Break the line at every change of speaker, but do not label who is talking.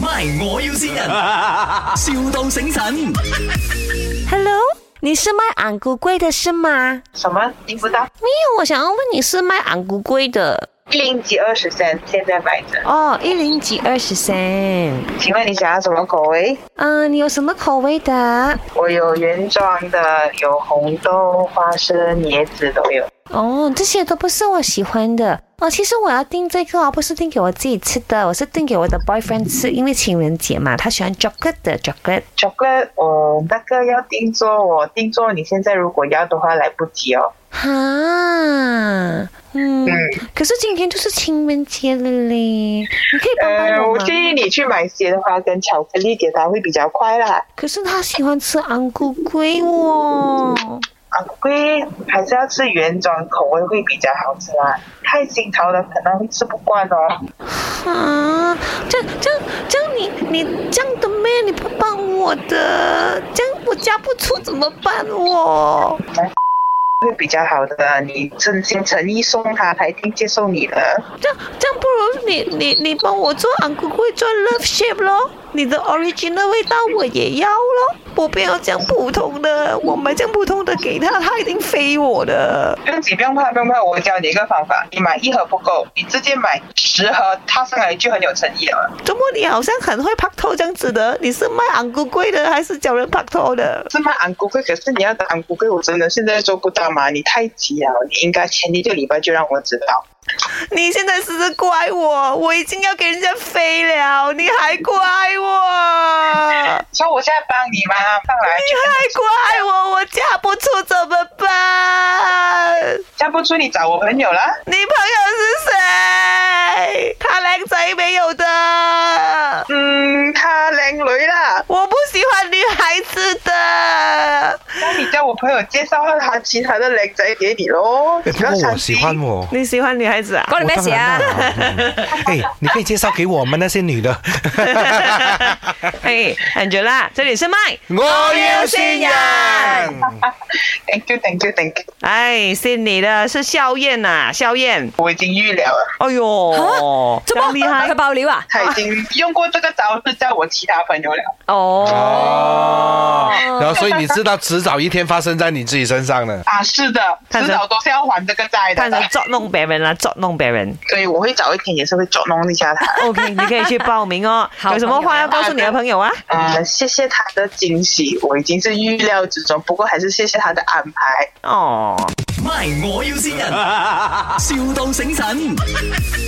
，My 我要先人，,笑到醒神。
Hello，你是卖昂古贵的是吗？
什么？听不到？
没有，我想要问你是卖昂古贵的
一零几二十三，现在买的。
哦，一零几二十三。
请问你想要什么口味？
嗯，你有什么口味的？
我有原装的，有红豆、花生、椰子都有。
哦，这些都不是我喜欢的。哦，其实我要订这个哦，不是订给我自己吃的，我是订给我的 boyfriend 吃，因为情人节嘛，他喜欢 chocolate 的 chocolate。
chocolate 我那个要定做，我定做你现在如果要的话来不及哦。
哈，嗯，可是今天就是情人节了嘞，你可以帮
呃，
帮我
我
吗？
建议你去买些的话，跟巧克力给他会比较快啦。
可是他喜欢吃昂古龟哦。
昂贵啊还是要吃原装口味会比较好吃啦，太新潮的可能会吃不惯哦。
啊，这样这样这样你你这样的妹，你不帮我的，这样我嫁不出怎么办我？
会比较好的，你真心诚意送他，他一定接受你的。
这样这样不如你你你帮我做昂古贵做 love shape 咯，你的 original 味道我也要咯，我不要这样普通的，我买这样普通的给他，他一定飞我的。
不用急，不用怕，不用怕，我教你一个方法。你买一盒不够，你直接买十盒，套上来就很有诚意了。
怎么你好像很会拍拖这样子的？你是卖昂古贵的还是叫人拍拖的？
是卖昂古贵，可是你要打昂古贵，我真的现在做不到嘛？你太急了，你应该前一个礼拜就让我知道。
你现在是不是怪我？我已经要给人家飞了，你还怪我？
所以我现在帮你嘛，上来
你
就跟
还怪我？我嫁不出怎么办？
嫁不出你找我朋友啦。
你朋友是谁？他靓仔没有的？
嗯，他靓女啦，嗯
我不喜欢女孩子的。
那你叫我朋友介绍下他其他的靓仔给你咯。
哎不
要
过我
伤
喜
心
欢我。
你喜欢女孩子啊？
关你咩
我
事
当然
啊？
啦 嗯哎，你可以介绍给我们那些女的。
哎，Angela，这里是麦。
我
要先人。
Thank you，Thank you，Thank you。
哎，是你的，是笑燕呐、笑燕。
我已经预料了。
哎呦，这么厉害
佢爆料啊？
他已经用过这个招式叫我其他朋友了。
哦
哦，然后所以你知道，迟早一天发生在你自己身上的。
啊，是的，
看
迟
着
早都是要还这个债
看
的
成，捉弄别人啦、啊捉弄别 人。
所以我会早一天也是会捉弄一下他。
OK，你可以去报名哦。
好
有什么话要告诉你的朋友啊？
呃，谢谢他的惊喜，我已经是预料之中，不过还是谢谢他的安排。
哦。
My 我要先人，,笑到醒神。